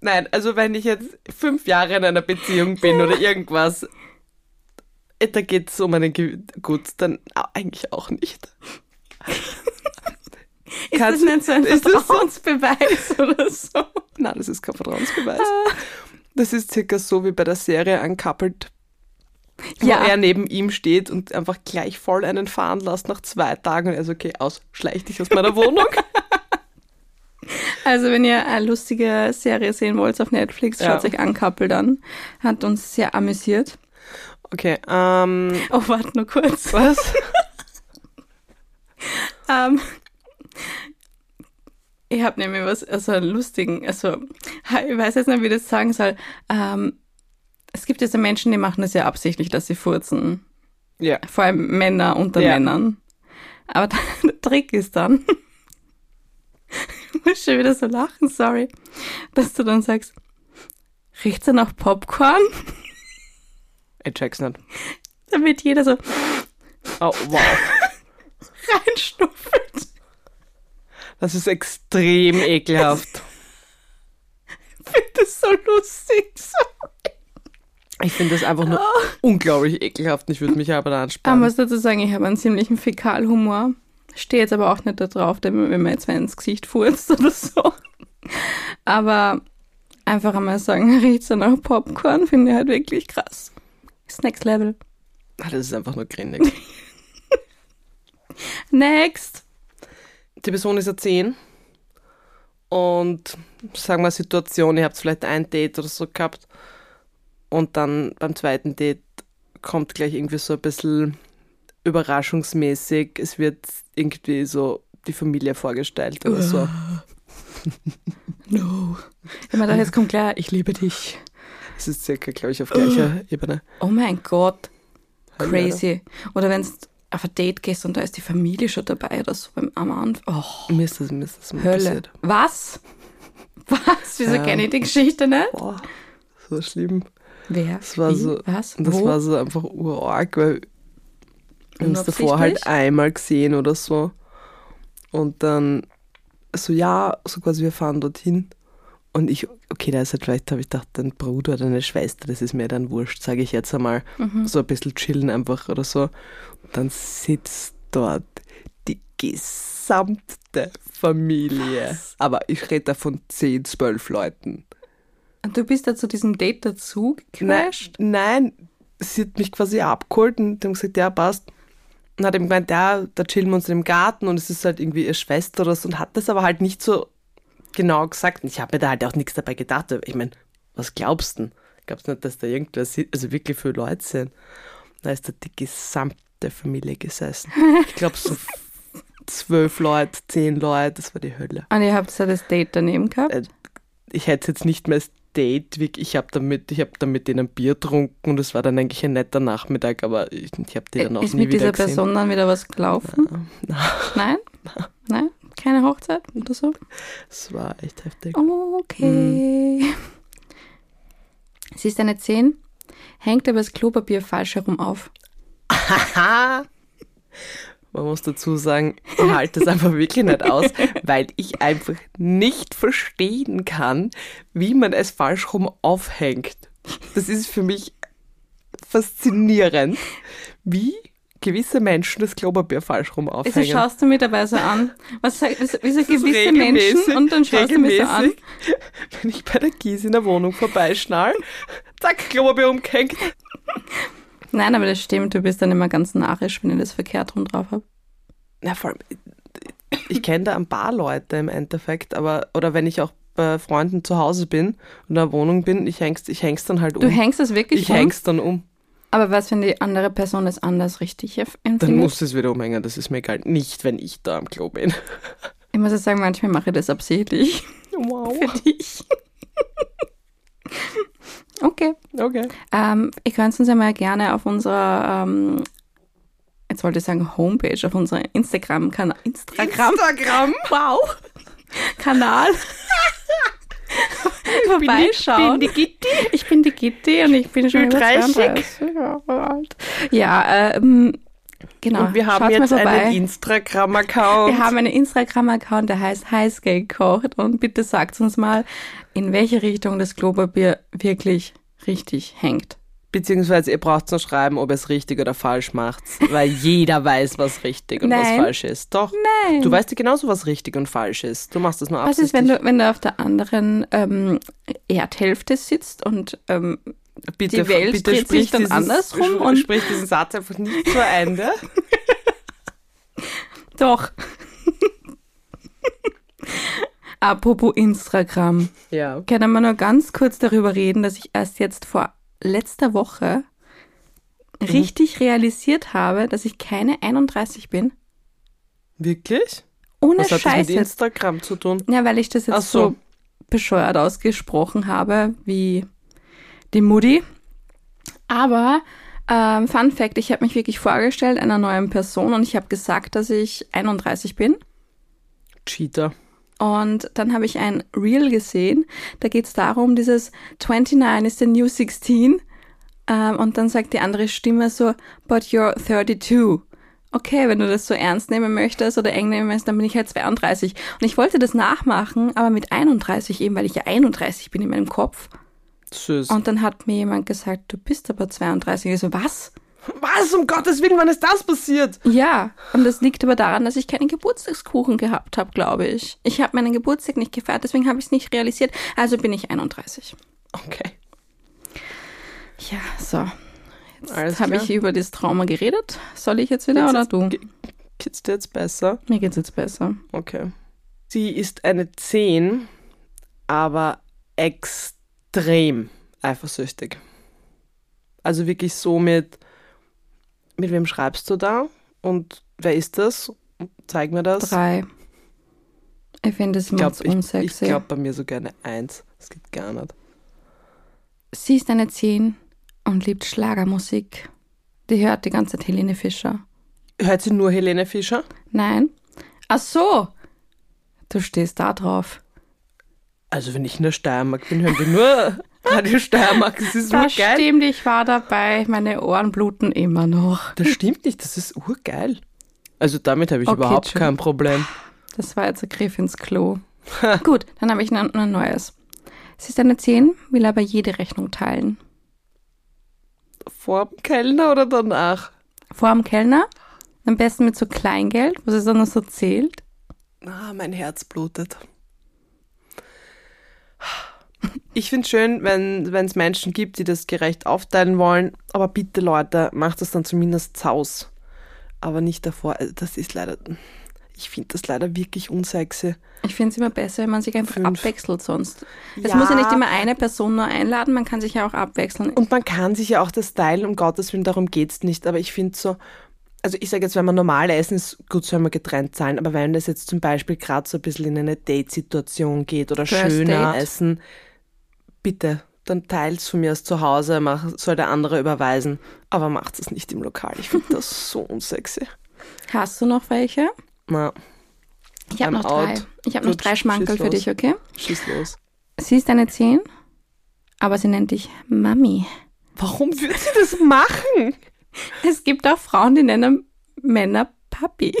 [SPEAKER 2] Nein, also wenn ich jetzt fünf Jahre in einer Beziehung bin oder irgendwas, äh, da geht es um einen Ge Gut, dann au- eigentlich auch nicht.
[SPEAKER 1] Ist
[SPEAKER 2] Kannst-
[SPEAKER 1] das nicht so ein
[SPEAKER 2] ist das so-
[SPEAKER 1] Vertrauensbeweis
[SPEAKER 2] <laughs>
[SPEAKER 1] oder so?
[SPEAKER 2] Nein, das ist kein Vertrauensbeweis. Das ist circa so wie bei der Serie Uncoupled,
[SPEAKER 1] Ja.
[SPEAKER 2] wo er neben ihm steht und einfach gleich voll einen fahren lässt nach zwei Tagen und er so, okay, aus, schleich dich aus meiner Wohnung.
[SPEAKER 1] Also wenn ihr eine lustige Serie sehen wollt auf Netflix,
[SPEAKER 2] Ja.
[SPEAKER 1] schaut euch an, Couple dann. Hat uns sehr amüsiert.
[SPEAKER 2] Okay, ähm,
[SPEAKER 1] Oh, warte nur kurz.
[SPEAKER 2] was?
[SPEAKER 1] Ähm, <laughs> ich habe nämlich was, also einen lustigen, also <laughs> ich weiß jetzt nicht, wie ich das sagen soll. Ähm, es gibt ja so Menschen, die machen das ja absichtlich, dass sie furzen.
[SPEAKER 2] Ja.
[SPEAKER 1] Vor allem Männer unter
[SPEAKER 2] Ja.
[SPEAKER 1] Männern. Aber <laughs> der, der Trick ist dann, <laughs> ich muss schon wieder so lachen, sorry, dass du dann sagst, riecht's ja nach Popcorn? <laughs>
[SPEAKER 2] Ich check's nicht.
[SPEAKER 1] Damit jeder so <laughs>
[SPEAKER 2] Oh, wow.
[SPEAKER 1] reinschnuffelt.
[SPEAKER 2] Das ist extrem ekelhaft.
[SPEAKER 1] Ich finde das so lustig. So.
[SPEAKER 2] <laughs> Ich finde das einfach nur unglaublich ekelhaft. und Ich würde mich Ah. aber da
[SPEAKER 1] Ich
[SPEAKER 2] anspannen.
[SPEAKER 1] muss dazu sagen, ich habe einen ziemlichen Fäkalhumor. Stehe jetzt aber auch <laughs> nicht da drauf, denn wenn mir jetzt wer ins Gesicht furzt oder so. Aber einfach einmal sagen, <laughs> riecht so nach Popcorn, finde ich halt wirklich krass. Ist next level.
[SPEAKER 2] Ah, das ist einfach nur grinig.
[SPEAKER 1] Next!
[SPEAKER 2] Die Person ist ein 10 und sagen wir Situation, ihr habt vielleicht ein Date oder so gehabt und dann beim zweiten Date kommt gleich irgendwie so ein bisschen überraschungsmäßig, es wird irgendwie so die Familie vorgestellt oder so.
[SPEAKER 1] No. Ich meine, jetzt kommt klar, ich liebe dich.
[SPEAKER 2] Es ist circa, glaube ich, auf gleicher Ebene.
[SPEAKER 1] Oh mein Gott,
[SPEAKER 2] Hallo,
[SPEAKER 1] crazy. Oder wenn du auf ein Date gehst und da ist die Familie schon dabei oder so beim am Anfang. Oh,
[SPEAKER 2] Alter. Mir ist das, mir ist das mal
[SPEAKER 1] Hölle.
[SPEAKER 2] passiert.
[SPEAKER 1] Was? <laughs> Was? Wieso
[SPEAKER 2] Ja.
[SPEAKER 1] kenne ich die Geschichte nicht?
[SPEAKER 2] Boah, so schlimm.
[SPEAKER 1] Wer?
[SPEAKER 2] Das war
[SPEAKER 1] Wie?
[SPEAKER 2] so-
[SPEAKER 1] Was?
[SPEAKER 2] Und das
[SPEAKER 1] Wo?
[SPEAKER 2] war so einfach urarg, weil wir haben es davor
[SPEAKER 1] Unabsichtlich?
[SPEAKER 2] halt einmal gesehen oder so. Und dann so, ja, so quasi, wir fahren dorthin. Und ich, okay, da ist halt vielleicht, habe ich gedacht, dein Bruder oder deine Schwester, das ist mir dann wurscht, sage ich jetzt einmal.
[SPEAKER 1] Mhm.
[SPEAKER 2] So ein bisschen chillen einfach oder so. Und dann sitzt dort die gesamte Familie. Aber ich rede da von 10, 12 Leuten.
[SPEAKER 1] Und Ah, du bist da zu diesem Date dazu
[SPEAKER 2] Nein,
[SPEAKER 1] geknascht?
[SPEAKER 2] nein, sie hat mich quasi abgeholt und haben gesagt, ja, passt. Und hat eben gemeint, ja, da chillen wir uns im Garten und es ist halt irgendwie ihre Schwester oder so und hat das aber halt nicht so genau gesagt. Und ich habe mir da halt auch nichts dabei gedacht. aber Ich meine, was glaubst du? Glaubst du nicht, dass da irgendwer sieht, also wirklich viele Leute sind? Da ist da die gesamte Familie gesessen. Ich glaube so zwölf Leute, zehn Leute, das war die Hölle.
[SPEAKER 1] Und Ah, ihr habt ja das Date daneben gehabt?
[SPEAKER 2] Äh, ich hätte es jetzt nicht mehr als Date, wirklich- ich habe damit, ich habe dann mit denen ein Bier getrunken und es war dann eigentlich ein netter Nachmittag, aber ich, ich habe die dann auch
[SPEAKER 1] Äh, ist
[SPEAKER 2] nie
[SPEAKER 1] mit dieser
[SPEAKER 2] wieder gesehen. Äh,
[SPEAKER 1] Person dann wieder was gelaufen? Nein?
[SPEAKER 2] <laughs>
[SPEAKER 1] Nein? Keine Hochzeit oder so?
[SPEAKER 2] Es war echt heftig.
[SPEAKER 1] Oh. Okay.
[SPEAKER 2] Hm.
[SPEAKER 1] Es ist eine 10, hängt aber das Klopapier falsch herum auf.
[SPEAKER 2] <laughs> Man muss dazu sagen, ich halte es einfach wirklich nicht aus,
[SPEAKER 1] <laughs>
[SPEAKER 2] weil ich einfach nicht verstehen kann, wie man es falsch rum aufhängt. Das ist für mich faszinierend, wie gewisse Menschen das Klopapier falsch rum aufhängen.
[SPEAKER 1] Wieso schaust du mich dabei so an? Was sagt, wieso wieso
[SPEAKER 2] Das ist
[SPEAKER 1] gewisse
[SPEAKER 2] regelmäßig-
[SPEAKER 1] Menschen und dann schaust du mich so an?
[SPEAKER 2] regelmäßig, <laughs> Wenn ich bei der Gies in der Wohnung vorbeischnall, <laughs> zack, Klopapier umgehängt.
[SPEAKER 1] Nein, aber das stimmt, du bist dann immer ganz narrisch, wenn ich das verkehrt rum drauf habe.
[SPEAKER 2] Na, vor allem, ich kenne da ein paar Leute im Endeffekt, aber, oder wenn ich auch bei Freunden zu Hause bin und in der Wohnung bin, ich häng's, ich häng's dann halt um.
[SPEAKER 1] Du hängst es wirklich
[SPEAKER 2] ich
[SPEAKER 1] rum,
[SPEAKER 2] häng's dann um.
[SPEAKER 1] aber was, wenn die andere Person es anders richtig empf-
[SPEAKER 2] Dann
[SPEAKER 1] empfindet?
[SPEAKER 2] muss es wieder umhängen, das ist mir egal. Nicht, wenn ich da am Klo bin. <laughs>
[SPEAKER 1] Ich muss ja sagen, manchmal mache ich das absichtlich <laughs>
[SPEAKER 2] Wow.
[SPEAKER 1] für dich. okay.
[SPEAKER 2] Okay.
[SPEAKER 1] Ähm, ihr könnt uns ja mal gerne auf unserer, ähm, jetzt wollte ich sagen Homepage, auf unserem Instagram-Kanal, Instagram,
[SPEAKER 2] Instagram. Wow.
[SPEAKER 1] Kanal vorbeischauen. Ich bin die Gitti. Ich bin die Gitti und ich bin schon über
[SPEAKER 2] 30.
[SPEAKER 1] 32 Jahre alt. Ja, ähm, genau.
[SPEAKER 2] Und wir haben
[SPEAKER 1] Schaut mal
[SPEAKER 2] jetzt
[SPEAKER 1] vorbei.
[SPEAKER 2] einen Instagram-Account.
[SPEAKER 1] wir haben einen Instagram-Account, der heißt Heißgeld kocht und bitte sagt uns mal, in welche Richtung das Klopapier wirklich richtig hängt.
[SPEAKER 2] Beziehungsweise ihr braucht nur schreiben, ob ihr es richtig oder falsch macht,
[SPEAKER 1] <laughs>
[SPEAKER 2] weil jeder weiß, was richtig und
[SPEAKER 1] Nein.
[SPEAKER 2] was falsch ist. Doch.
[SPEAKER 1] Nein.
[SPEAKER 2] Du weißt ja genauso, was richtig und falsch ist. Du machst das nur
[SPEAKER 1] Was ist,
[SPEAKER 2] absichtlich.
[SPEAKER 1] wenn du, wenn du auf der anderen ähm, Erdhälfte sitzt und ähm,
[SPEAKER 2] bitte,
[SPEAKER 1] die Welt
[SPEAKER 2] bitte
[SPEAKER 1] dreht sich
[SPEAKER 2] sprich
[SPEAKER 1] dann
[SPEAKER 2] diesen-
[SPEAKER 1] andersrum
[SPEAKER 2] sp-
[SPEAKER 1] und-
[SPEAKER 2] sprich diesen Satz einfach nicht zu
[SPEAKER 1] <laughs>
[SPEAKER 2] Ende.
[SPEAKER 1] doch. <laughs> Apropos Instagram.
[SPEAKER 2] ja.
[SPEAKER 1] Können wir nur ganz kurz darüber reden, dass ich erst jetzt vor letzter Woche
[SPEAKER 2] Mhm.
[SPEAKER 1] richtig realisiert habe, dass ich keine 31 bin?
[SPEAKER 2] Wirklich?
[SPEAKER 1] Ohne
[SPEAKER 2] Was hat das mit
[SPEAKER 1] Scheiße.
[SPEAKER 2] Instagram zu tun?
[SPEAKER 1] Ja, weil ich das
[SPEAKER 2] Ach
[SPEAKER 1] jetzt
[SPEAKER 2] so.
[SPEAKER 1] so. bescheuert ausgesprochen habe, wie die Mutti. Aber ähm, Fun Fact, ich habe mich wirklich vorgestellt einer neuen Person und ich habe gesagt, dass ich 31 bin.
[SPEAKER 2] Cheater.
[SPEAKER 1] Und dann habe ich ein Reel gesehen, da geht es darum, dieses 29 is the new 16. Ähm, und dann sagt die andere Stimme so, but you're 32. Okay, wenn du das so ernst nehmen möchtest oder eng nehmen möchtest, dann bin ich halt 32. Und ich wollte das nachmachen, aber mit 31 eben, weil ich ja 31 bin in meinem Kopf.
[SPEAKER 2] Süß.
[SPEAKER 1] Und dann hat mir jemand gesagt, du bist aber 32. Ich so, was?
[SPEAKER 2] Was um Gottes Willen, wann ist das passiert?
[SPEAKER 1] Ja, und das liegt aber daran, dass ich keinen Geburtstagskuchen gehabt habe, glaube ich. Ich habe meinen Geburtstag nicht gefeiert, deswegen habe ich es nicht realisiert. Also bin ich 31.
[SPEAKER 2] Okay.
[SPEAKER 1] Ja, so. Jetzt
[SPEAKER 2] Alles
[SPEAKER 1] habe
[SPEAKER 2] klar.
[SPEAKER 1] ich über das Trauma geredet. Soll ich jetzt wieder
[SPEAKER 2] Geht's
[SPEAKER 1] oder
[SPEAKER 2] jetzt-
[SPEAKER 1] du?
[SPEAKER 2] ge- Geht's dir jetzt besser?
[SPEAKER 1] Mir geht's jetzt besser.
[SPEAKER 2] Okay. Sie ist eine 10, aber extrem eifersüchtig. Also wirklich so mit, mit wem schreibst du da? Und wer ist das? Zeig mir das.
[SPEAKER 1] Drei. Ich finde es
[SPEAKER 2] Ich
[SPEAKER 1] ganz
[SPEAKER 2] glaube, ich,
[SPEAKER 1] unsexy.
[SPEAKER 2] ich glaube bei mir so gerne 1. Das geht gar nicht.
[SPEAKER 1] Sie ist eine 10 und liebt Schlagermusik. Die hört die ganze Zeit Helene Fischer.
[SPEAKER 2] Hört sie nur Helene Fischer?
[SPEAKER 1] Nein? Ach so! Du stehst da drauf.
[SPEAKER 2] Also wenn ich in der Steiermark bin, hören
[SPEAKER 1] <laughs>
[SPEAKER 2] wir nur Radio Steiermark. Das ist
[SPEAKER 1] Das
[SPEAKER 2] urgeil.
[SPEAKER 1] stimmt, ich war dabei. Meine Ohren bluten immer noch.
[SPEAKER 2] Das stimmt nicht, das ist urgeil. Also damit habe ich
[SPEAKER 1] Okay,
[SPEAKER 2] überhaupt
[SPEAKER 1] Entschuldigung.
[SPEAKER 2] kein Problem.
[SPEAKER 1] Das war jetzt ein Griff ins
[SPEAKER 2] <laughs>
[SPEAKER 1] Klo. Gut, dann habe ich ein, ein neues. Sie ist eine 10, will aber jede Rechnung teilen.
[SPEAKER 2] Vor dem Kellner oder danach?
[SPEAKER 1] Vor dem Kellner, am besten mit so Kleingeld, was es dann noch so zählt.
[SPEAKER 2] Ah, mein Herz blutet. Ich finde es schön, wenn es Menschen gibt, die das gerecht aufteilen wollen. Aber bitte, Leute, macht das dann zumindest zaus. Aber nicht davor. Also Das ist leider. Ich finde das leider wirklich unsexy.
[SPEAKER 1] Ich finde es immer besser, wenn man sich einfach
[SPEAKER 2] Fünf.
[SPEAKER 1] abwechselt sonst. Es
[SPEAKER 2] Ja.
[SPEAKER 1] muss ja nicht immer eine Person nur einladen, man kann sich ja auch abwechseln.
[SPEAKER 2] Und man kann sich ja auch das teilen, um Gottes Willen, darum geht's nicht. Aber ich finde so, also ich sage jetzt, wenn man normal essen, ist gut, soll man getrennt zahlen. Aber wenn das jetzt zum Beispiel gerade so ein bisschen in eine Date-Situation geht oder
[SPEAKER 1] First
[SPEAKER 2] schöner
[SPEAKER 1] Date.
[SPEAKER 2] essen, bitte, dann teilt's von mir aus zu Hause, mach, soll der andere überweisen. Aber macht es nicht im Lokal. Ich finde das so unsexy.
[SPEAKER 1] Hast du noch welche?
[SPEAKER 2] Na,
[SPEAKER 1] Ich habe
[SPEAKER 2] I'm
[SPEAKER 1] noch drei.
[SPEAKER 2] out.
[SPEAKER 1] Ich habe noch
[SPEAKER 2] Gut,
[SPEAKER 1] drei
[SPEAKER 2] schieß
[SPEAKER 1] Schmankerl für
[SPEAKER 2] los.
[SPEAKER 1] dich, okay?
[SPEAKER 2] schieß los.
[SPEAKER 1] Sie ist eine 10, aber sie nennt dich Mami.
[SPEAKER 2] Warum würde sie das machen?
[SPEAKER 1] Es gibt auch Frauen, die nennen Männer Papi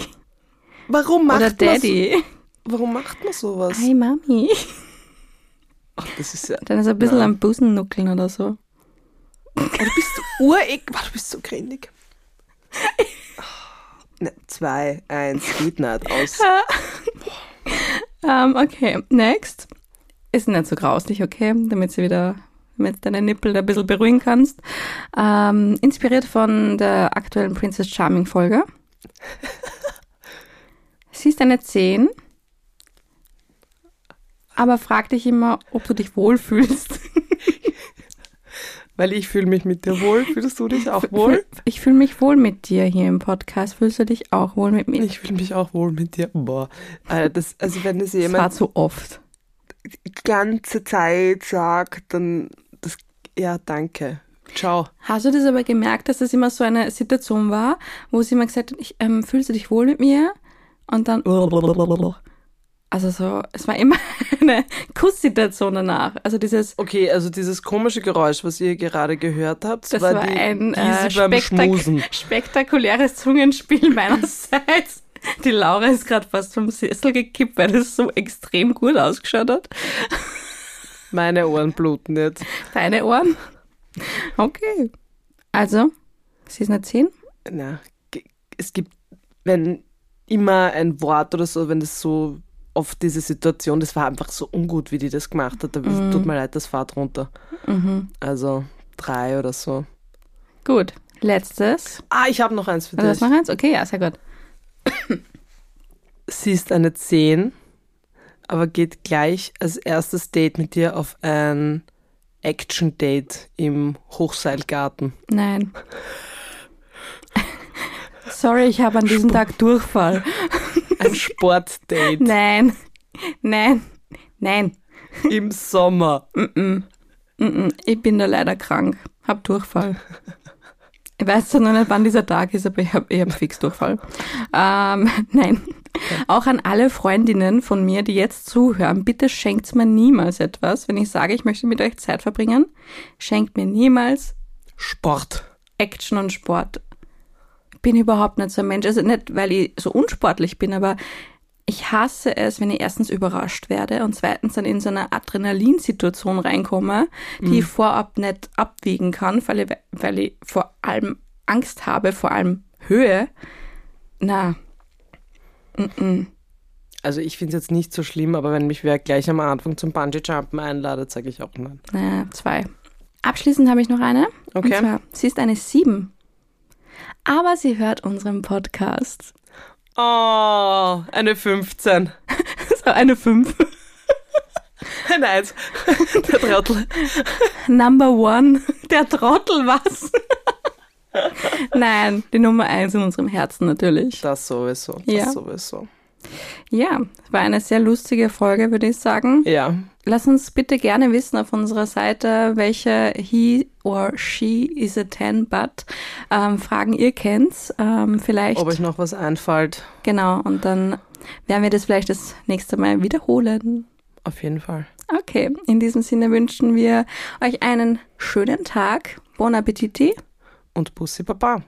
[SPEAKER 2] Warum macht
[SPEAKER 1] oder
[SPEAKER 2] Man
[SPEAKER 1] Daddy.
[SPEAKER 2] so, warum macht man sowas?
[SPEAKER 1] Hi Mami.
[SPEAKER 2] Ach, das ist ja
[SPEAKER 1] Dann ist er ein bisschen
[SPEAKER 2] Ja.
[SPEAKER 1] am Busen nuckeln oder so.
[SPEAKER 2] Du bist ureck. Boah, Du bist so grindig. Ne, zwei, eins, geht nicht aus.
[SPEAKER 1] Ähm, okay, next. Ist nicht so grauslich, okay? Damit sie wieder mit deinen Nippel da ein bisschen beruhigen kannst. Ähm, inspiriert von der aktuellen Princess Charming
[SPEAKER 2] <laughs>
[SPEAKER 1] Folge. Sie ist eine 10, aber frag dich immer, ob du dich wohlfühlst.
[SPEAKER 2] Weil ich fühle mich mit dir wohl. Fühlst du dich auch <laughs> wohl?
[SPEAKER 1] Ich fühle mich wohl mit dir hier im Podcast. Fühlst du dich auch wohl mit mir?
[SPEAKER 2] Ich fühle mich auch wohl mit dir. Boah. Äh, Das, also wenn das
[SPEAKER 1] das war
[SPEAKER 2] jemand
[SPEAKER 1] zu oft.
[SPEAKER 2] die ganze Zeit sagt, dann das, ja, danke. Ciao.
[SPEAKER 1] Hast du das aber gemerkt, dass das immer so eine Situation war, wo sie immer gesagt hat, ich, ähm, fühlst du dich wohl mit mir? Und dann also so, es war immer <laughs> eine Kusssituation danach. Also dieses,
[SPEAKER 2] Okay, also dieses komische Geräusch, was ihr gerade gehört habt,
[SPEAKER 1] das war,
[SPEAKER 2] war, die,
[SPEAKER 1] ein äh,
[SPEAKER 2] Gysi beim Schmusen.
[SPEAKER 1] spektak spektakuläres
[SPEAKER 2] <laughs>
[SPEAKER 1] Zungenspiel meinerseits. Die Laura ist gerade fast vom Sessel gekippt, weil das so extrem gut ausgeschaut hat.
[SPEAKER 2] Meine Ohren bluten jetzt.
[SPEAKER 1] Deine Ohren. Okay. Also, sie ist eine 10.
[SPEAKER 2] na, ge- es gibt, wenn immer ein Wort oder so, wenn das so oft diese Situation, das war einfach so ungut, wie die das gemacht hat. Aber
[SPEAKER 1] Mhm.
[SPEAKER 2] tut mir leid, das fahrt runter. Also drei oder so.
[SPEAKER 1] Gut. Letztes.
[SPEAKER 2] Ah, ich habe noch eins für
[SPEAKER 1] Also,
[SPEAKER 2] dich.
[SPEAKER 1] was noch eins? Okay, ja, sehr gut.
[SPEAKER 2] Sie ist eine 10, aber geht gleich als erstes Date mit dir auf ein Action-Date im Hochseilgarten.
[SPEAKER 1] Nein. Sorry, ich habe an diesem Tag Durchfall. <laughs>
[SPEAKER 2] Ein Sportdate
[SPEAKER 1] Nein. Nein. Nein.
[SPEAKER 2] im Sommer.
[SPEAKER 1] Ich bin da leider krank. Hab Durchfall. Ich weiß zwar noch nicht, wann dieser Tag ist, aber ich habe ich hab fix Durchfall. Ähm, <laughs> nein. Auch an alle Freundinnen von mir, die jetzt zuhören, bitte schenkt mir niemals etwas. Wenn ich sage, ich möchte mit euch Zeit verbringen, schenkt mir niemals
[SPEAKER 2] Sport.
[SPEAKER 1] Action und Sport. Ich bin überhaupt nicht so ein Mensch. Also nicht, weil ich so unsportlich bin, aber ich hasse es, wenn ich erstens überrascht werde und zweitens dann in so eine Mhm. Adrenalinsituation reinkomme, die ich vorab nicht abwiegen kann, weil ich, weil ich vor allem Angst habe, vor allem Höhe, na,
[SPEAKER 2] Also ich finde es jetzt nicht so schlimm, aber wenn mich wer gleich am Anfang zum Bungee-Jumpen einladet, sage ich auch nein.
[SPEAKER 1] na, zwei. Abschließend habe ich noch eine. Und
[SPEAKER 2] Okay.
[SPEAKER 1] zwar, sie ist eine sieben. Aber sie hört unseren Podcast.
[SPEAKER 2] Oh, eine <laughs> 15.
[SPEAKER 1] So eine fünf.
[SPEAKER 2] Eine 1. <laughs> Der Trottel.
[SPEAKER 1] Number one. <laughs> Der Trottel, was? <laughs> Nein, die Nummer eins in unserem Herzen natürlich.
[SPEAKER 2] Das sowieso. Das
[SPEAKER 1] Ja.
[SPEAKER 2] sowieso.
[SPEAKER 1] Ja, war eine sehr lustige Folge, würde ich sagen.
[SPEAKER 2] Ja.
[SPEAKER 1] Lass uns bitte gerne wissen auf unserer Seite, welche He or She is a 10 but ähm, Fragen ihr kennt. Ähm, vielleicht,
[SPEAKER 2] Ob euch noch was einfällt,
[SPEAKER 1] genau, und dann werden wir das vielleicht das nächste Mal wiederholen.
[SPEAKER 2] auf jeden Fall.
[SPEAKER 1] Okay, in diesem Sinne wünschen wir euch einen schönen Tag. Bon appétit.
[SPEAKER 2] Und Pussy Papa.